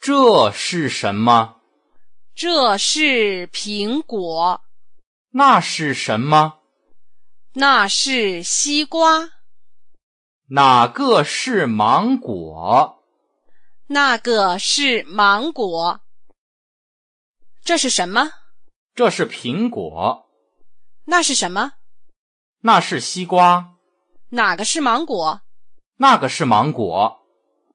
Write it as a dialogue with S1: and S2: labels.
S1: 这是什么？
S2: 这是苹果，
S1: 那是什么？
S2: 那是西瓜，
S1: 哪个是芒果？
S2: 那个是芒果。这是什么？
S1: 这是苹果，
S2: 那是什么？
S1: 那是西瓜，
S2: 哪个是芒果？
S1: 那个是芒果。